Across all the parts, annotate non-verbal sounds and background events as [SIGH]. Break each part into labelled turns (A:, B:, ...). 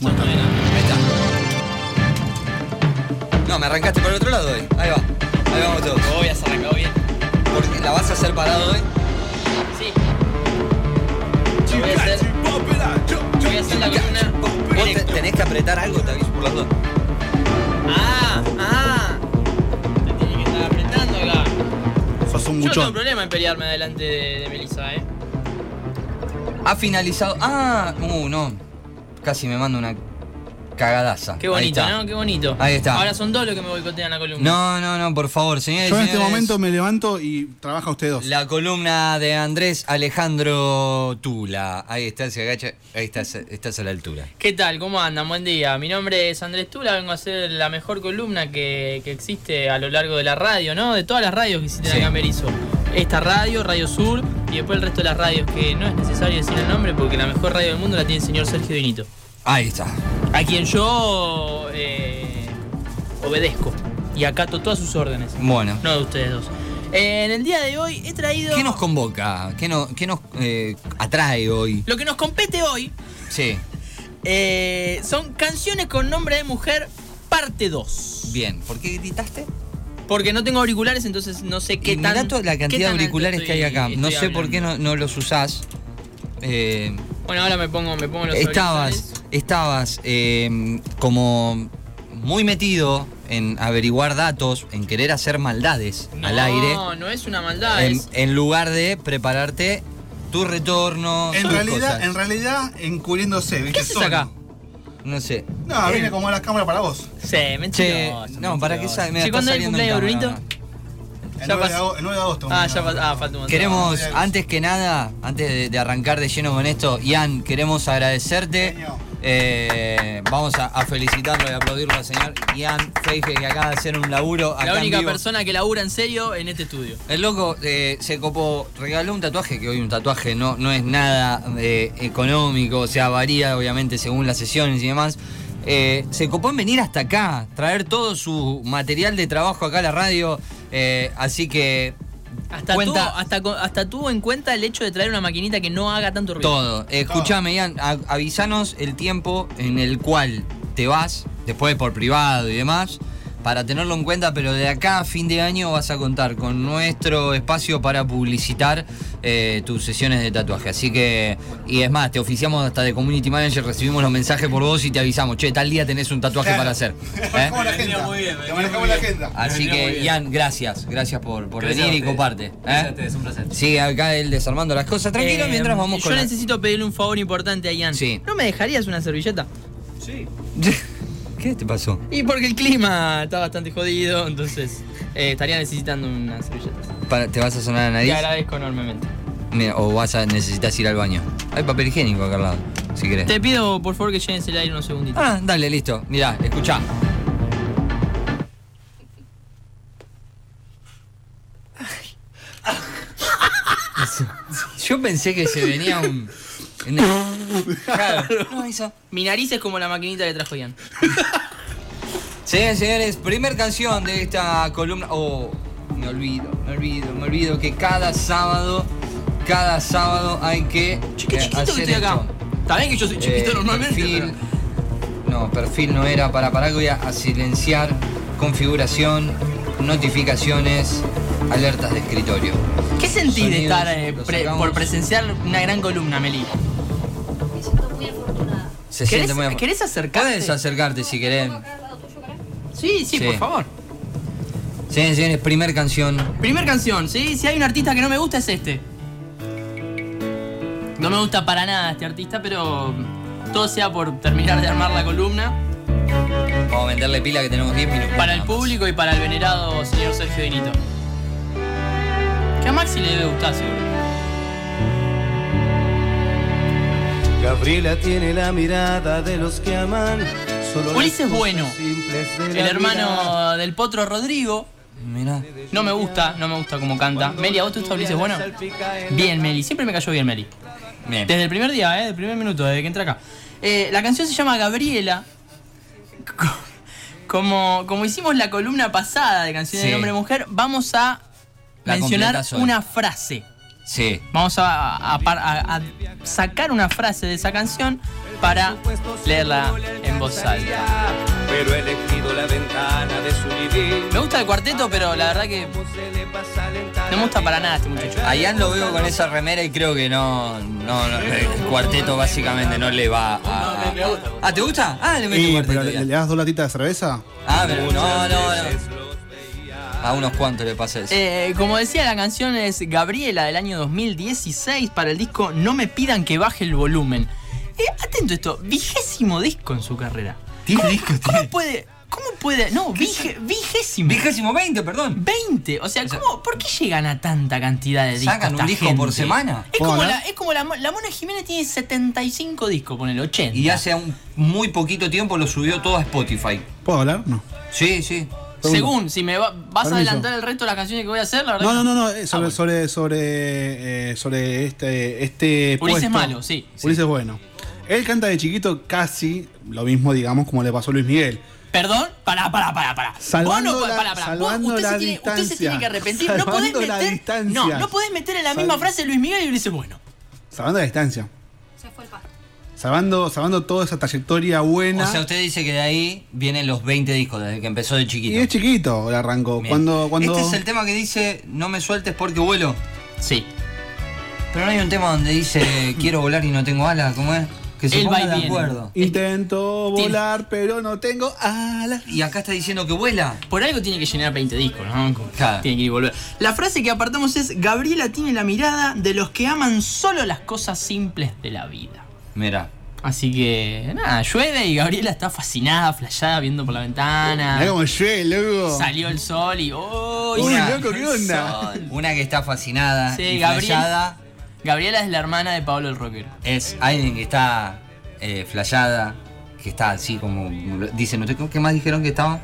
A: No, no era.
B: Ahí está. No, me arrancaste por el otro lado hoy. Ahí va. Ahí vamos todos.
A: Hoy has arrancado bien.
B: Porque la vas a hacer parado hoy.
A: Sí. Yo voy a hacer. Yo voy a hacer la columna.
B: Vos te-
A: directo.
B: tenés que apretar algo, te aviso por las dos.
A: Ah, ah. Te tiene que estar apretando acá.
C: Sos un
A: Yo no tengo
C: buchón.
A: problema en pelearme delante de, de Melissa, eh.
B: Ha finalizado. Ah, uh, no. Casi me mando una cagadaza.
A: Qué
B: Ahí
A: bonito,
B: está.
A: ¿no? Qué bonito.
B: Ahí está.
A: Ahora son dos los que me boicotean la columna.
B: No, no, no, por favor, señores.
C: Yo en este
B: señores,
C: momento me levanto y trabaja usted dos.
B: La columna de Andrés Alejandro Tula. Ahí está, se agacha. Ahí estás, estás a la altura.
A: ¿Qué tal? ¿Cómo andan? Buen día. Mi nombre es Andrés Tula, vengo a hacer la mejor columna que, que existe a lo largo de la radio, ¿no? De todas las radios que existen
B: Sí.
A: acá en Berizo. Esta radio, Radio Sur y después el resto de las radios que no es necesario decir el nombre porque la mejor radio del mundo la tiene el señor Sergio Dinito.
B: Ahí está.
A: A quien yo eh, obedezco y acato todas sus órdenes.
B: Bueno.
A: No de ustedes dos. Eh, en el día de hoy he traído...
B: ¿Qué nos convoca? ¿Qué, no- qué nos eh, atrae hoy?
A: Lo que nos compete hoy
B: Sí,
A: eh, son canciones con nombre de mujer parte 2.
B: bien. ¿Por qué gritaste?
A: Porque no tengo auriculares, entonces no sé qué
B: Y
A: tan.
B: mirá toda la
A: qué
B: cantidad
A: tan
B: de auriculares
A: alto
B: que hay
A: estoy-
B: acá. No sé
A: estoy
B: por qué
A: hablando.
B: no, no los usás. Eh,
A: Bueno, ahora me pongo, me pongo los
B: estabas,
A: auriculares.
B: estabas eh, como muy metido en averiguar datos, en querer hacer maldades
A: No,
B: al aire, Em,
A: No, no es una maldad.
B: en,
A: es-
B: en lugar de prepararte tu retorno.
C: En
B: tus
C: realidad,
B: cosas.
C: en realidad, encubriéndose. ¿viste?
A: haces
C: Solo.
A: acá?
B: no sé.
C: No, viene como a la cámara para vos.
A: Sí,
B: Che,
A: mentiroso.
B: no, para que sa- me
A: Che,
B: está
A: ¿cuándo es el
B: saliendo en
A: cumpleaños,
B: cámara,
A: Brunito?
B: no, no.
C: El
A: Ya
C: 9 de
A: pas-
C: ago- el 9 de agosto.
A: Ah,
C: no,
A: ya pasó.
C: no.
A: Ah, falta un montón.
B: Queremos,
C: no, no, no.
B: antes que nada, antes de, de arrancar de lleno con esto, Ian, queremos agradecerte.
C: Genio.
B: Eh, vamos a, a felicitarlo y aplaudirlo al señor Ian Feige, que acaba de hacer un laburo acá
A: La
B: en
A: única
B: vivo.
A: persona que labura en serio en este estudio.
B: El loco eh, se copó, regaló un tatuaje, que hoy un tatuaje no, no es nada eh, económico, o sea, varía obviamente según las sesiones y demás. Eh, se copó en venir hasta acá, traer todo su material de trabajo acá a la radio, eh, así que
A: Hasta,
B: Cuenta-
A: tuvo, hasta, co- hasta tuvo en cuenta el hecho de traer una maquinita que no haga tanto ruido.
B: Todo. Escúchame, Ian, a- avisanos el tiempo en el cual te vas, después por privado y demás, para tenerlo en cuenta, pero de acá a fin de año vas a contar con nuestro espacio para publicitar eh, tus sesiones de tatuaje. Así que, y es más, te oficiamos hasta de Community Manager, recibimos los mensajes por vos y te avisamos, che, tal día tenés un tatuaje
C: Claro.
B: para hacer.
C: Te
D: [LAUGHS]
B: ¿Eh?
C: manejamos la
D: Me venía
C: agenda.
D: muy bien, me
C: Te
D: venía
C: manejamos
D: muy
C: la
D: bien.
C: agenda.
A: Ah,
B: Así
D: Vendría muy
B: que,
D: bien.
B: Ian, gracias, gracias por, por
D: Gracias
B: venir
D: a
B: y
D: ustedes.
B: comparte.
D: Gracias a
B: ¿eh?
D: ustedes, un placer.
B: Sigue acá él desarmando las cosas. Tranquilo
A: Eh,
B: mientras vamos
A: Yo
B: con la-
A: necesito pedirle un favor importante a Ian.
B: Sí.
A: ¿No me dejarías una servilleta?
D: Sí.
B: [LAUGHS] ¿Qué te pasó?
A: Y porque el clima está bastante jodido, entonces eh, estaría necesitando unas servilletas.
B: Para- ¿Te vas a sonar la
A: Te
B: nariz?
A: agradezco enormemente.
B: Mira, o vas a necesitas ir al baño. Hay papel higiénico acá al lado, si querés.
A: Te pido por favor que llenes el aire unos segunditos.
B: Ah, dale, listo. Mirá, escuchá. Yo pensé que se venía un. Claro. No, hizo.
A: Mi nariz es como la maquinita que trajo Ian.
B: Señores, señores, primer canción de esta columna. Oh, me olvido, me olvido, me olvido que cada sábado, cada sábado hay que.
A: Che, qué
B: eh,
A: chiquito que
B: hacer
A: estoy acá.
B: esto.
A: Está bien que yo soy chiquito
B: Eh,
A: normalmente.
B: perfil.
A: pero-
B: No, perfil no era para para voy a, a silenciar configuración, notificaciones, alertas de escritorio.
A: ¿Qué sentís de
B: Sonidos,
A: estar eh,
B: los
A: pre-
B: sacamos.
A: por presenciar una gran columna, Meli?
E: Me siento muy afortunada.
B: Se
A: ¿Querés,
B: siente muy-
A: querés acercarte?
B: Podés acercarte si querés.
E: Acá al lado tuyo, pará.
A: Sí, sí,
B: Sí.
A: por favor.
B: Señores, señores, primer canción.
A: Primer canción, ¿sí? Si hay un artista que no me gusta es este. No me gusta para nada este artista, pero todo sea por terminar de armar la columna.
B: Vamos a venderle pila que tenemos 10 minutos.
A: Para el
B: nada más.
A: público y para el venerado señor Sergio Dinito. Que a Maxi le debe gustar, seguro.
F: Gabriela tiene la mirada de los que aman. Solo
A: Ulises
F: las cosas
A: Bueno,
F: simples de
A: El
F: la vida.
A: hermano del potro Rodrigo.
B: Mirá.
A: No me gusta, no me gusta cómo canta. Meli, ¿a vos te gusta Ulises Bueno? Bien, Meli. Siempre me cayó bien, Meli.
B: Bien.
A: Desde el primer día, ¿eh? Del primer minuto, desde que entré acá. Eh, la canción se llama Gabriela. [LAUGHS] Co- Como, como hicimos la columna pasada de canciones
B: Sí.
A: de hombre mujer, vamos a
B: La
A: mencionar
B: completás hoy.
A: una frase.
B: Sí.
A: Vamos a, a par- a- a sacar una frase de esa canción para leerla en voz alta.
D: Pero he elegido la ventana de su vivir.
A: Me gusta el cuarteto, pero la verdad que no me gusta para nada este muchacho.
B: A Ian lo veo con esa remera y creo que no, no, no, el cuarteto básicamente no le va a... Ah, ¿te gusta? Ah, le meto
C: Y,
B: un
C: pero
B: cuarteto.
C: le,
B: Ian.
C: le das dos latitas de cerveza.
B: Ah, pero no, no, no. A unos cuantos le pasa eso.
A: Eh, como decía, la canción es Gabriela del año 2016 para el disco No me pidan que baje el volumen. Eh, atento a esto, vigésimo disco en su carrera.
B: ¿Tiene disco?
C: este?
A: ¿Cómo puede? ¿Cómo puede? No, vige- vigésimo.
B: Vigésimo 20, perdón.
A: 20. O sea, ¿cómo, ¿por qué llegan a tanta cantidad de discos?
B: ¿Sacan un
A: esta
B: disco
A: gente?
B: por semana?
A: Es
C: ¿Puedo
A: como, la,
C: hablar?
A: es como la, mo- la Mona Jiménez tiene 75 discos, ponele 80.
B: Y hace un muy poquito tiempo lo subió todo a Spotify.
C: ¿Puedo hablar? No.
B: Sí, sí.
A: Según, si me va- vas
C: Permiso.
A: a adelantar el resto de las canciones que voy a hacer, la verdad.
C: No,
A: que-
C: no, no, no, eh,
A: Ah,
C: sobre,
A: bueno.
C: sobre, sobre, eh, sobre este, este
A: Ulises
C: puesto.
A: malo, sí, sí.
C: Ulises bueno. Él canta de chiquito casi lo mismo, digamos, como le pasó a Luis Miguel.
A: Perdón, pará, pará, pará, pará.
C: Salvando
A: Vos no,
C: la-
A: pará, pará. Vos-
C: salvando
A: usted, se
C: la
A: tiene, usted se
C: distancia.
A: tiene que arrepentir. No podés
C: Salvando la
A: meter.
C: distancia.
A: No, no podés meter en la
C: Sal-
A: misma frase Luis Miguel y Ulises Bueno.
C: Salvando la distancia.
E: Se fue el pasto.
C: Salvando, salvando toda esa trayectoria buena.
B: O sea, usted dice que de ahí vienen los 20 discos desde que empezó de chiquito.
C: y es chiquito, le arrancó.
B: Bien.
C: Cuando, cuando...
B: Este es el tema que dice no me sueltes porque vuelo.
A: Sí.
B: Pero no hay un tema donde
A: [LAUGHS]
B: dice quiero volar y no tengo alas, ¿cómo es? Que se
A: Él va
B: ponga
A: y
B: de
A: viene.
B: acuerdo.
C: Intento
A: Tiene-
C: volar, pero no tengo alas.
B: Y acá está diciendo que vuela.
A: Por algo tiene que llenar 20 discos, ¿no? Como-
B: Claro.
A: Tiene que ir y volver. La frase que apartamos es: Gabriela tiene la mirada de los que aman solo las cosas simples de la vida.
B: Mira.
A: Así que, nada, llueve y Gabriela está fascinada, flasheada, viendo por la
B: Ah.
C: Mirá
A: ventana.
C: como llueve, loco.
A: Salió el sol y. ¡Oh!
C: Uy,
A: ya!
C: loco, ¿qué onda?
B: Una que está fascinada,
A: Sí,
B: y
A: Gabriel.
B: flashada,
A: Gabriela es la hermana de Pablo el Rockero.
B: es alguien que está eh, flashada, que está así como dicen, ¿usted qué más dijeron que estaba?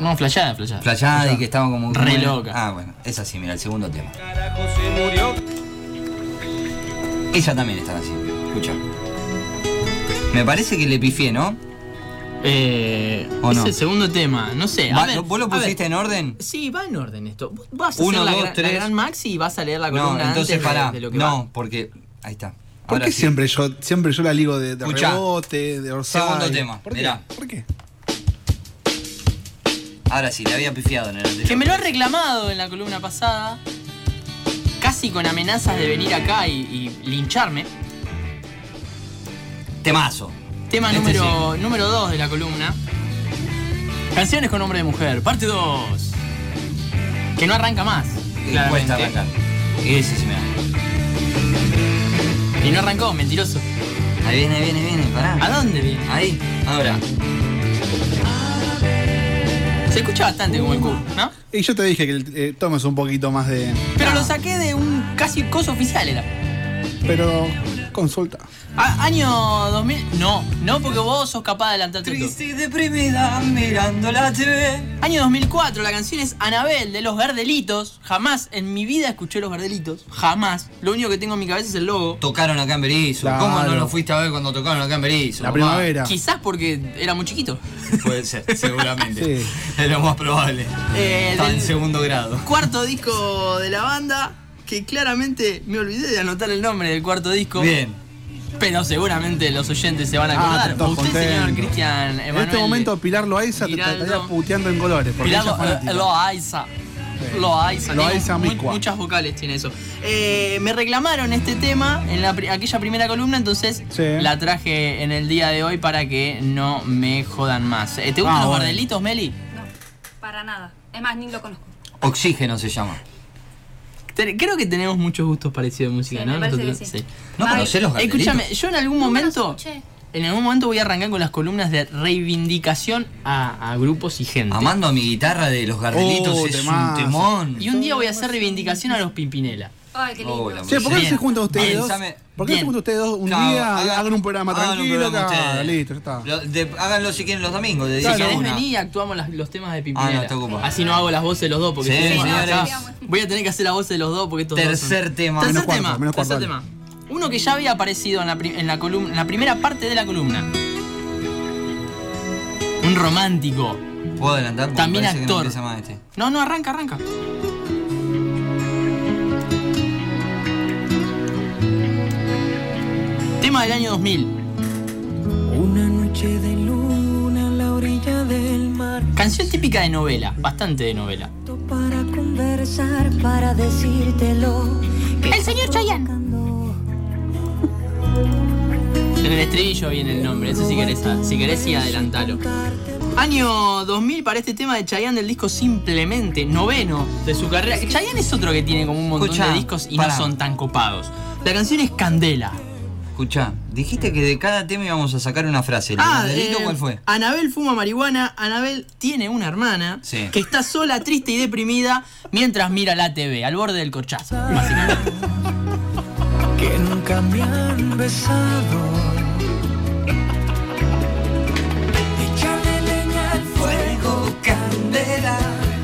A: No, flasheada, flasheada.
B: Flashada y que estaba como
A: Re
B: ¿cómo era?
A: loca.
B: Ah, bueno, es así, mira, el segundo tema.
D: Carajo se murió.
B: Ella también está así. Escucha. Me parece que le pifié, ¿no?
A: Eh,
B: ¿O
A: es
B: no?
A: el segundo tema, no sé. A
B: Va-
A: ver,
B: ¿Vos lo
A: a ver.
B: pusiste en orden?
A: Sí, va en orden esto. Vos Vas a
B: Uno,
A: hacer la,
B: dos,
A: gran, la
B: tres.
A: gran maxi y vas a leer la columna
B: No, entonces
A: antes de-
B: pará.
A: de lo que
B: no,
A: va.
B: porque. Ahí está.
C: ¿Por
B: Ahora
C: qué
B: sí.
C: siempre yo, siempre yo la ligo de, de
B: Escuchá.
C: rebote, de orsay?
B: Segundo tema,
C: ¿Por qué?
B: mirá.
C: ¿Por qué?
B: Ahora sí, le había pifiado en el anterior.
A: Que me lo ha reclamado en la columna pasada, casi con amenazas de venir acá y, y lincharme.
B: Temazo.
A: Tema
B: Este
A: número, número 2 de la columna. Canciones con hombre de mujer, parte 2. Que no arranca más.
B: Que
A: claramente.
B: Cuesta arrancar. Ese sí me da.
A: Y no arrancó, mentiroso.
B: Ahí viene, ahí viene, ahí viene.
A: ¿A
B: Pará.
A: dónde viene?
B: Ahí, ahora.
A: Se escucha bastante como el Q, ¿no?
C: Y yo te dije que eh, tomes un poquito más de.
A: Pero lo saqué de un casi coso oficial era.
C: Pero consulta.
A: A- año 2000. No, no porque vos sos capaz de adelantarte todo.
B: y deprimida mirando la TV.
A: Año 2004, la canción es Anabel de Los Gardelitos. Jamás en mi vida escuché Los Gardelitos. Jamás. Lo único que tengo en mi cabeza es el logo.
B: Tocaron acá en Berizo.
C: Claro.
B: ¿Cómo no lo fuiste a ver cuando tocaron acá en Berizo?
C: La
B: papá?
C: primavera.
A: Quizás porque era muy chiquito.
B: [LAUGHS] Puede ser, seguramente.
C: Sí.
B: Es lo más probable.
A: Eh,
B: Estaba en
A: del-
B: segundo grado.
A: Cuarto disco de la banda, que claramente me olvidé de anotar el nombre del cuarto disco.
B: Bien.
A: Pero seguramente los oyentes se van a
C: Ah,
A: acordar.
C: todos
A: Usted, señor
C: contentos.
A: Cristian
C: En
A: Emanuel
C: este momento, Pilar Loaiza te
A: Giraldo.
C: estaría puteando en colores. Porque
A: Mirá,
C: ella es fanática.
A: lo- eh, Loaiza. Loaiza. tiene
C: Loaiza
A: mu-
C: Micua.
A: Muchas vocales tiene eso. Eh, me reclamaron este tema en la pri- aquella primera columna, entonces
C: Sí.
A: la traje en el día de hoy para que no me jodan más. Eh, ¿Te gustan
C: Ah,
A: los
C: bueno.
A: bordelitos, Meli?
E: No, para nada. Es más, ni lo conozco.
B: Oxígeno se llama.
A: Te- creo que tenemos muchos gustos parecidos en música,
E: Sí,
A: ¿no?
E: me parece
A: Nosotros-
E: que sí.
B: ¿No
E: Ay,
B: conocés los gardelitos?
A: Escúchame, yo en algún
E: Nunca
A: momento.
E: los escuché.
A: En algún momento voy a arrancar con las columnas de reivindicación a, a grupos y gente.
B: Amando a mi guitarra de los gardelitos
C: Oh,
B: es
C: temazo.
B: un temón.
A: Y un día voy a hacer reivindicación a los Pimpinela.
E: Ay, qué lindo.
B: Oh, la
C: Che, ¿por qué no
A: Bien.
C: se juntan ustedes
B: Bien,
C: dos?
B: same-
C: ¿Por qué no se
A: bien.
C: juntan ustedes dos un
B: Claro,
C: día?
B: haga-
C: Hagan un programa
B: hagan un
C: tranquilo
B: programa
C: acá.
B: ustedes.
C: Listo, ya está.
B: Lo- de- háganlo si quieren los domingos, de
A: Si
B: 10 a
A: querés
B: una.
A: venir y actuamos las- los temas de Pimpinela.
B: Ah, no, está ocupado.
A: Así no hago las voces de los dos porque
B: Sí,
A: si no,
B: señores.
A: acá voy a tener que hacer las voces de los dos porque estos dos son-
B: Tercer tema.
A: Tercer
C: Menos cuarto,
A: tema,
C: menos
A: tercer
C: cuarto,
A: tema. Uno que ya había aparecido en la, pri- en la columna, en la primera parte de la columna. Un romántico.
B: ¿Puedo adelantar? Porque
A: También
B: parece que no
A: actor.
B: empieza más este.
A: No, no, arranca, arranca. Tema del año 2000.
G: noche de luna en la orilla del mar.
A: Canción típica de novela, bastante de novela.
G: Para conversar, para decírtelo.
H: El señor Chayanne.
A: En el estribillo viene el nombre, eso si querés, ah, si querés sí adelantalo. Año 2000 para este tema de Chayanne del disco Simplemente, noveno de su carrera. Chayanne es otro que tiene como un montón
B: Escuchá,
A: de discos y
B: pará.
A: no son tan copados. La canción es Candela.
B: Escuchá, dijiste que de cada tema íbamos a sacar una frase. ¿El delito
A: eh,
B: cuál fue?
A: Anabel fuma marihuana, Anabel tiene una hermana
B: Sí.
A: que está sola, triste y deprimida mientras mira la TV, al borde del corchazo, básicamente.
G: Que nunca me han besado. Echarle leña al fuego, candela.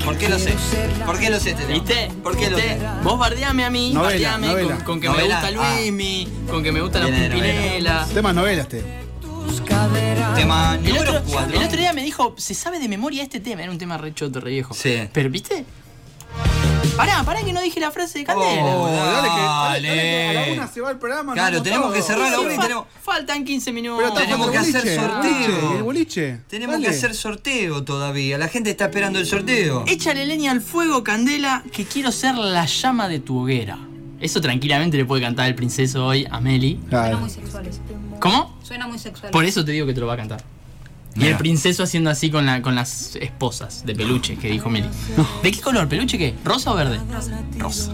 B: ¿Por qué lo sé? ¿Por qué lo sé este tema?
A: ¿Viste?
B: ¿Por qué lo
A: ¿Viste?
B: sé?
A: Vos bardeame a mí,
C: Novela,
A: bardeame
C: novela.
A: Con, con que
B: Novela, Ah.
A: me gusta Luismi, con que me gustan las
B: Viene de novela.
A: pumpinelas.
C: Temas novela este.
B: Tema
A: El
B: número
A: otro,
B: 4.
A: el otro día me dijo, se sabe de memoria este tema, era un tema re choto, re viejo.
B: Sí.
A: Pero, ¿viste? Pará, pará que no dije la frase de Candela.
B: Oh,
C: Dale, que,
B: dale.
C: dale, dale, que a la una se va el programa.
B: Claro,
C: no,
B: tenemos
C: todo.
B: que cerrar la una y
A: Fa-
B: tenemos.
A: Faltan 15 minutos.
C: Pero está
B: Tenemos que
C: falta el
B: hacer
C: boliche,
B: sorteo.
C: el boliche, El boliche.
B: Tenemos
C: Dale.
B: que hacer sorteo todavía. La gente está esperando el sorteo.
A: Échale leña al fuego, Candela, que quiero ser la llama de tu hoguera. Eso tranquilamente le puede cantar el princeso hoy a Meli.
E: Suena
C: Claro.
E: muy sexual eso.
A: ¿Cómo?
E: Suena muy sexual.
A: Por eso te digo que te lo va a cantar. Y
B: Mira.
A: el princeso haciendo así con, la, con las esposas de peluche que dijo Meli. ¿De qué color? ¿Peluche qué? ¿Rosa o verde?
E: Rosa.
A: Rosa.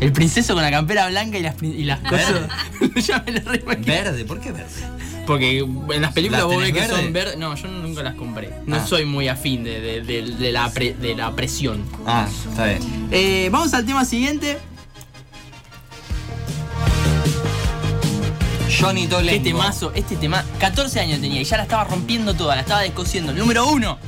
A: El princeso con la campera blanca y las, prin- y las cosas. [LAUGHS] ya me lo reimagino.
B: Verde, ¿por qué verde?
A: Porque en las películas
B: ¿Las
A: vos ves que
B: tenés
A: son
B: verde?
A: verdes. No, yo nunca las compré. No
B: Ah.
A: soy muy afín de, de- de- de la, pre- de la presión.
B: Ah, está bien.
A: Eh, vamos al tema siguiente.
B: Johnny
A: Qué
B: Tolengo.
A: temazo, este tema. 14 años tenía y ya la estaba rompiendo toda, la estaba descosiendo. Número uno.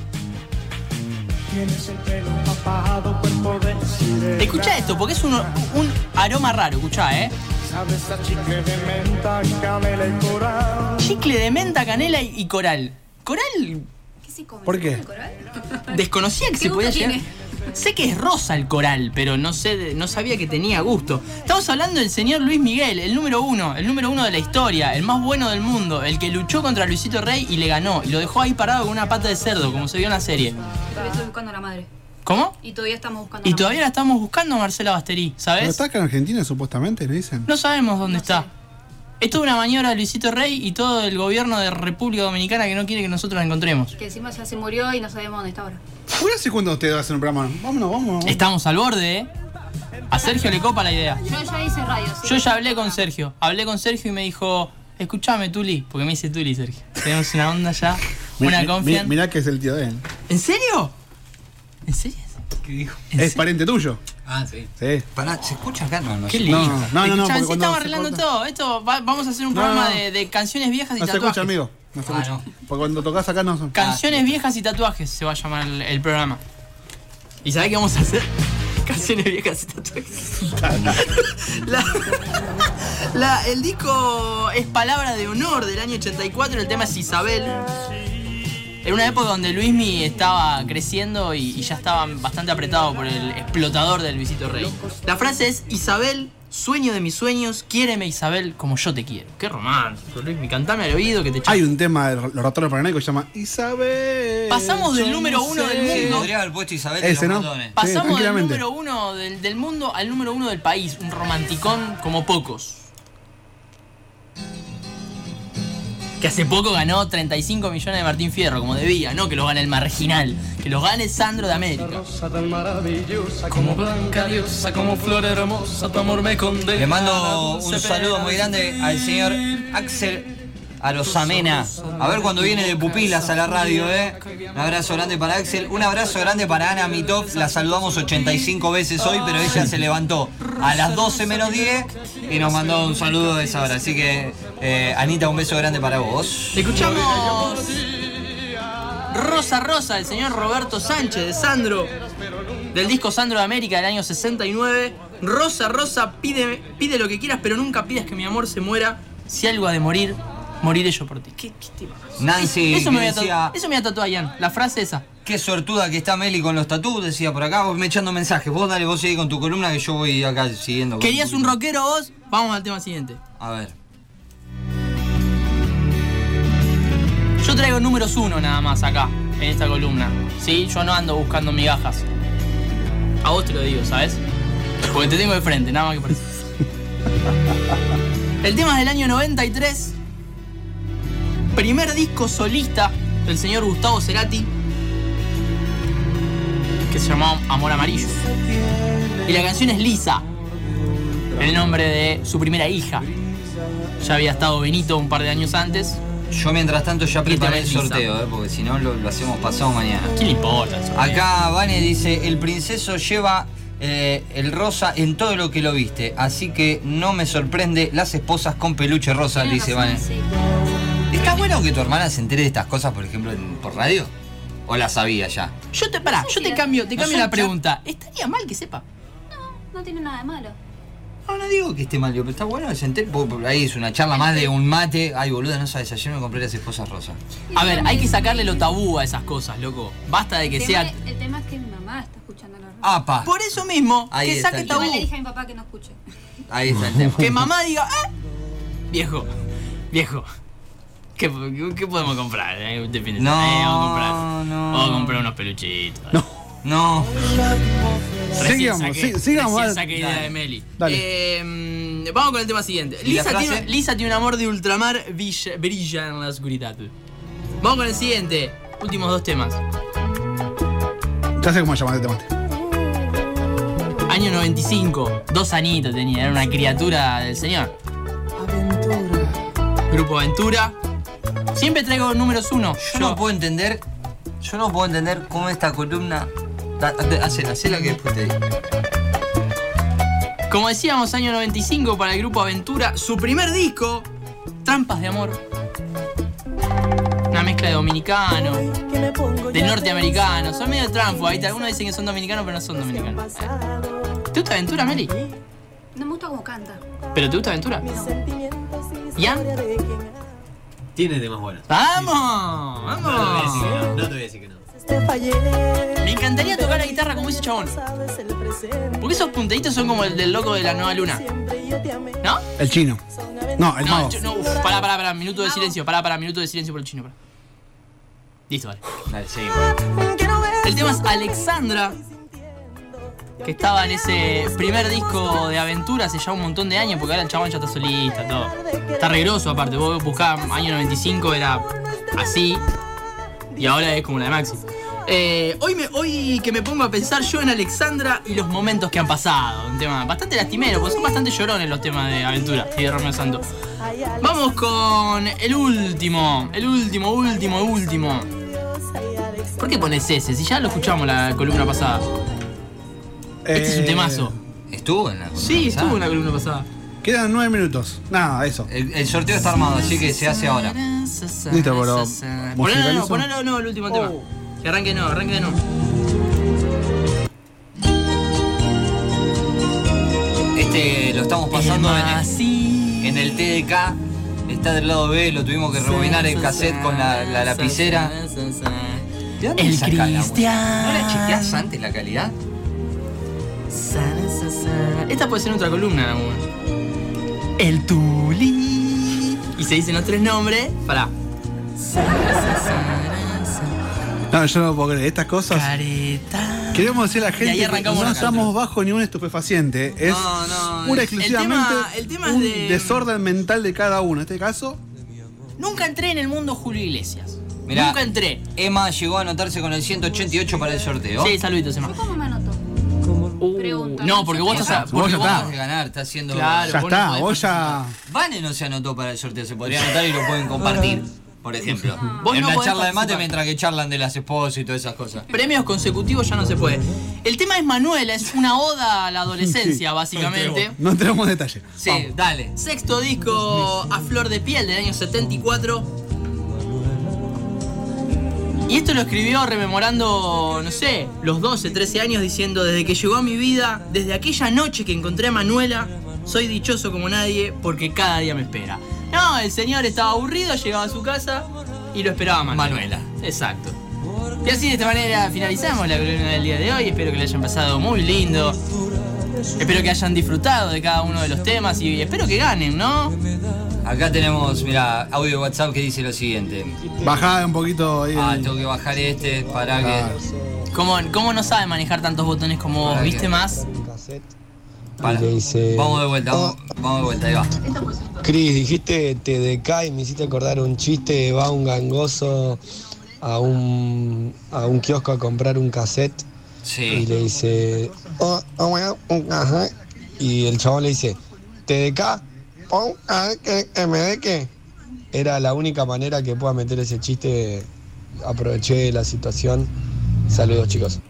I: Tienes el pelo empapado, cuerpo de sirena.
A: Escucha esto, porque es un, un aroma raro, escucha, eh.
I: Sabes a chicle de menta, canela y coral.
A: Chicle de menta, canela y, y coral. Coral,
E: ¿Qué se come?
C: ¿Por qué?
E: ¿Se come coral?
A: desconocía que
E: ¿Qué
A: se
E: gusto
A: podía llegar.
E: tiene?
A: Sé que es rosa el coral, pero no sé, de- no sabía que tenía gusto. Estamos hablando del señor Luis Miguel, el número uno, el número uno de la historia, el más bueno del mundo, el que luchó contra Luisito Rey y le ganó y lo dejó ahí parado con una pata de cerdo, como se vio en la serie.
E: Todavía estoy buscando a la madre.
A: ¿Cómo?
E: Y todavía estamos buscando a
A: Y
E: la
A: todavía la estamos buscando, Marcela Basterí,
C: Pero
A: ¿sabes?
C: está acá en Argentina supuestamente, le dicen.
A: No sabemos dónde
E: No
A: está.
E: sé.
A: Es toda una maniobra de Luisito Rey y todo el gobierno de República Dominicana que no quiere que nosotros la encontremos.
E: madre. Que encima ya se murió y no sabemos dónde está ahora.
C: ¿Una hace cuándo ustedes hacen un programa? Vámonos, vámonos. vámonos.
A: Estamos al borde, ¿eh? A Sergio le copa la idea.
E: Yo ya hice radio. sí.
A: Yo ya hablé con Sergio. Hablé con Sergio y me dijo, escúchame, Tuli. Porque me dice Tuli, Sergio. Tenemos una onda
C: [LAUGHS]
A: ya,
C: Mi-
A: una
C: mi- mi-
A: confianza.
C: Mirá que es el tío de él.
A: ¿En serio? ¿En serio?
B: ¿Qué dijo?
A: ¿En
C: Es
A: serio?
C: pariente tuyo.
B: Ah, sí.
C: Sí.
B: Pará, ¿se escucha acá? No, no.
A: Qué
B: sé.
A: lindo.
C: No, no, no, no,
A: Escuchame,
C: porque
A: sí,
C: cuando
A: estamos
C: se
A: arreglando
C: corta-
A: todo. Esto va- vamos a hacer un
C: No,
A: programa
C: no.
A: De, de canciones viejas y
C: No se
A: tatuajes.
C: escucha, amigo. No
B: Ah,
C: se escucha.
B: no.
C: Porque cuando tocas acá no son.
A: Canciones viejas y tatuajes se va a llamar el, el programa. ¿Y sabés qué vamos a hacer? [LAUGHS] Canciones viejas y tatuajes. [LAUGHS] La- la- el disco es Palabra de Honor del año 84, el tema es Isabel. En una época donde Luismi estaba creciendo y, y ya estaba bastante apretado por el explotador del Luisito Rey. La frase es Isabel, sueño de mis sueños, quiéreme Isabel como yo te quiero. Qué romántico, Luismi, cantame al oído que te
C: Hay un tema de los ratones paranoicos que se llama Isabel.
A: Pasamos del
C: yo
A: número
C: no
A: uno
C: sé.
A: del
B: Sí,
A: mundo.
B: podría haber puesto Isabel de
C: Ese,
B: los
C: ¿no?
B: Bordones.
C: Pa-
A: Pasamos del
C: tranquilamente.
A: número uno del, del mundo al número uno del país, un romanticón como pocos. Que hace poco ganó 35 millones de Martín Fierro, como debía, no que lo gane el marginal, que lo gane Sandro de América.
F: Rosa tan maravillosa como blanca diosa, como flor hermosa, tu amor me condena.
B: Le mando un saludo muy grande al señor Axel Arosamena. A ver cuando viene de pupilas a la radio, ¿eh? Un abrazo grande para Axel. Un abrazo grande para Ana Mitov. La saludamos 85 veces hoy, pero ella se levantó a las 12 menos 10 y nos mandó un saludo de esa hora. Así que, eh, Anita, un beso grande para vos.
A: Escuchamos Rosa Rosa, el señor Roberto Sánchez de Sandro, del disco Sandro de América del año 69. Rosa Rosa, pide, pide lo que quieras, pero nunca pidas que mi amor se muera. Si algo ha de morir, moriré yo por ti. ¿Qué, qué tema?
B: Nancy,
A: eso, me
B: que
A: voy a tatu-
B: decía,
A: eso me voy a tatuar, Ian, la frase esa.
B: qué sortuda que está Meli con los tatú, decía por acá. Vos me echando mensajes. Vos dale, vos seguí con tu columna que yo voy acá siguiendo. con-
A: ¿Querías un rockero vos? Vamos al tema siguiente.
B: A ver.
A: traigo números uno nada más acá, en esta columna. ¿Sí? Yo no ando buscando migajas. A vos te lo digo, ¿sabes? Porque te tengo de frente, nada más que por eso. El tema es del año 93. Primer disco solista del señor Gustavo Cerati. Que se llamaba Amor Amarillo. Y la canción es Lisa. El nombre de su primera hija. Ya había estado Benito un par de años antes.
B: Yo mientras tanto ya
A: te
B: preparé el
A: ves lisa.
B: sorteo, eh, porque si no lo, lo hacemos pasado mañana.
A: ¿Qué le importa? eso?
B: Acá Vane dice, el princeso lleva eh, el rosa en todo lo que lo viste, así que no me sorprende las esposas con peluche rosa,
E: Tienes
B: dice
E: razón,
B: Vane.
E: sí.
B: ¿Está bueno que tu hermana se entere de estas cosas, por ejemplo, en- por radio? ¿O la sabía ya?
A: Yo te, pará, yo te cambio, te cambio la pregunta. ¿Estaría mal que sepa?
E: No tiene nada de malo.
B: No, no digo que esté mal, digo, pero está bueno que se entere, porque por ahí es una charla más
E: Este
B: de un mate. Ay, boluda, no sabes, ayer me compré las esposas rosas.
A: A ver, hay que sacarle lo tabú a esas cosas, loco. Basta de que
E: El
A: sea.
E: tema- El tema es que mi mamá está escuchando la radio.
B: ¡Apa!
A: Por eso mismo,
B: Ahí
A: que
B: está
A: saque
B: el
E: Igual
A: tabú.
E: le dije a mi papá que no escuche.
B: Ahí está el tema.
A: Que mamá diga, "Ah, Viejo, viejo. ¿Qué, qué podemos comprar? eh, este fin de
B: No,
A: semana? Eh, vamos a comprar.
B: no.
A: Vamos a comprar unos peluchitos.
C: No.
B: No,
A: Recién
C: Sigamos,
A: saqué-
C: sí, sigamos,
A: recién
C: dale.
A: saqué idea de Meli.
C: Dale.
A: Eh, vamos con el tema siguiente.
B: ¿Y la
A: Lisa
B: frase?
A: tiene, Lisa tiene un amor de ultramar, brilla, brilla en la oscuridad. Vamos con el siguiente. Últimos dos temas.
C: Ya sé cómo llamar este mate.
A: Año 95. Dos anitos tenía. Era una criatura del señor. Grupo Aventura. Siempre traigo números uno.
B: yo no puedo entender, yo no puedo entender cómo esta columna... da- da- Hacela, hacela que después te digo.
A: Como decíamos, año 95 para el grupo Aventura, su primer disco, Trampas de Amor. Una mezcla de dominicano, de norteamericano, son medio trampo, ahí te- algunos dicen que son dominicanos, pero no son dominicanos. ¿Te gusta Aventura, Meli?
E: No me gusta cómo canta.
A: ¿Pero te gusta Aventura? ¿Ian?
H: Tiene temas buenos. No
A: ¡Vamos!
H: te voy a decir que
A: ¡Vamos!
H: no, no te voy a decir que no.
A: Me encantaría tocar la guitarra como ese chabón. Porque esos punteditos son como el del loco de la nueva luna. ¿No?
C: El chino. No, el
A: No,
C: mago.
A: yo- no, uf, pará, pará, pará, minuto de silencio, pará, pará, minuto de silencio por el chino, pará. Listo, vale.
B: Dale, seguimos.
A: El tema es Alexandra, que estaba en ese primer disco de aventuras hace ya un montón de años, porque ahora el chabón ya está solista, todo. Está regroso aparte, vos buscabas año 95, era así, y ahora es como la de Maxi. Eh, hoy, me, hoy que me pongo a pensar yo en Alexandra y los momentos que han pasado. Un tema bastante lastimero, porque son bastante llorones los temas de Aventura y de Romeo Santo. Vamos con el último, el último, último, último. ¿Por qué pones ese? Si ya lo escuchamos la columna pasada. Este es un
C: Eh,
A: temazo.
B: ¿Estuvo en la columna
A: Sí,
B: pasada?
A: estuvo en la columna pasada.
C: Quedan nueve minutos. Nada, eso.
B: El, el sorteo está armado, así que se hace ahora.
A: Listo, Oh.
C: pero
A: Ponelo, no,
C: musicalizo.
A: ponelo, no, el último tema. Que arranque no, arranque de no.
B: Este lo estamos pasando en el, en el TDK. Está del lado B, lo tuvimos que rebobinar el cassette con la, la lapicera. ¿De dónde
A: El
B: sacás la música?
A: Cristian.
B: ¿No la chequeás antes la calidad?
A: Esta puede ser otra columna, amor. El Tuli. Y se dicen los tres nombres. Pará.
C: No, yo no puedo creer. Estas cosas.
A: Careta.
C: Queremos decir a la gente
A: ahí
C: que
A: arrancamos
C: no
A: la
C: estamos bajo ningún estupefaciente. Es
B: No, no,
C: pura
A: el- el
C: exclusivamente
A: tema- el tema es
C: un
A: de-
C: desorden mental de cada uno. En este caso,
A: Nunca entré en el mundo Julio Iglesias.
B: Mirá.
A: Nunca entré.
B: Emma llegó a anotarse con el 188 para el sorteo.
A: Sí, saluditos, Emma.
E: ¿Cómo me anoto? Pregunta.
A: Uh. No, porque vos
B: O sea,
A: estás.
B: Ah, porque
C: ya
B: vos
C: está.
B: vas a ganar, está haciendo.
A: Claro.
C: ya
A: vos no
C: está.
A: podés
C: vos ya.
B: Vane no se anotó para el sorteo, se podría anotar y lo pueden compartir, por ejemplo.
A: [LAUGHS] Vos
B: en
A: no
B: una
A: podés
B: charla de mate
A: participar.
B: mientras que charlan de las esposas y todas esas cosas.
A: Premios consecutivos ya no se puede. El tema es Manuela, es una oda a la adolescencia, básicamente.
C: No tenemos detalle.
B: Sí, dale.
A: Sexto disco a flor de piel del año 74. Y esto lo escribió rememorando, no sé, los 12, 13 años diciendo, desde que llegó a mi vida, desde aquella noche que encontré a Manuela, soy dichoso como nadie porque cada día me espera. No, el señor estaba aburrido, llegaba a su casa y lo esperaba Manuela.
B: Manuela.
A: Exacto. Y así de esta manera finalizamos la columna del día de hoy. Espero que lo hayan pasado muy lindo. Espero que hayan disfrutado de cada uno de los temas y espero que ganen, ¿no?
B: Acá tenemos, mira, audio de WhatsApp que dice lo siguiente.
C: Bajá un poquito ahí.
B: Ah,
C: el-
B: tengo que bajar este para
J: Ah,
B: que.
A: ¿Cómo, cómo no sabe manejar tantos botones como vos?
B: Para
A: ¿Viste
B: que-
A: más?
B: Para. Vamos de vuelta, vamos,
J: Ah.
B: vamos de vuelta, ahí va.
J: "Oh, Cris, dijiste TDK y me hiciste acordar un chiste, va un gangoso a un, a un kiosco a comprar un cassette
B: [LAUGHS]
J: y le dice, "Oh, oh, bueno, un cassette". y el chabón le dice, TDK, pon a que- que me dé que". Era la única manera que pueda meter ese chiste, aproveché la situación, saludos chicos.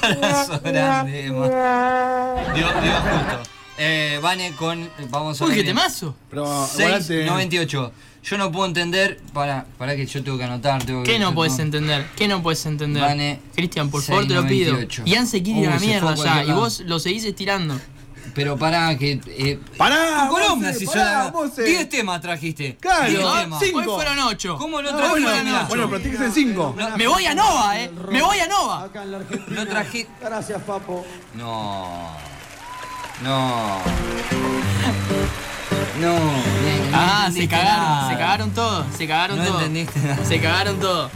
B: Abrazo grande, Emma. Dios, Dios justo. Eh, Vane con. Vamos a
A: Uy,
B: ver.
A: qué temazo.
C: Pero,
B: 698. Yo no puedo entender. Para, para que yo tengo que anotar. Tengo
A: ¿Qué
B: que-
A: no
B: yo
A: puedes
B: tengo-
A: entender? ¿Qué no puedes entender?
B: Vane,
A: Cristian, por favor, te lo pido.
B: 698.
A: Ian se quiere ir a
B: Uy, se
A: la
B: fue
A: mierda
B: a
A: ya.
B: cualquier
A: Y
B: lado.
A: vos lo seguís estirando.
B: Pero pará, que. Eh,
C: ¡Pará!
B: tu columna,
A: Monse,
B: si
A: Ah, pará,
B: yo la- 10 temas trajiste.
A: Claro,
B: 10
A: ¿ah?
B: temas.
A: Cinco. Hoy fueron 8.
B: ¿Cómo no
A: Ah,
B: trajiste?
A: bueno,
B: Fueron ocho.
C: Bueno, pero tiene que ser 5.
A: Me voy a Nova, eh. Me voy a Nova.
B: No traje.
I: Gracias, papo.
B: No. No. No.
A: Ah, se
B: entendiste
A: cagaron,
B: nada.
A: Ah, se cagaron todo, se cagaron
B: No
A: todo.
B: entendiste nada.
A: Se cagaron todo.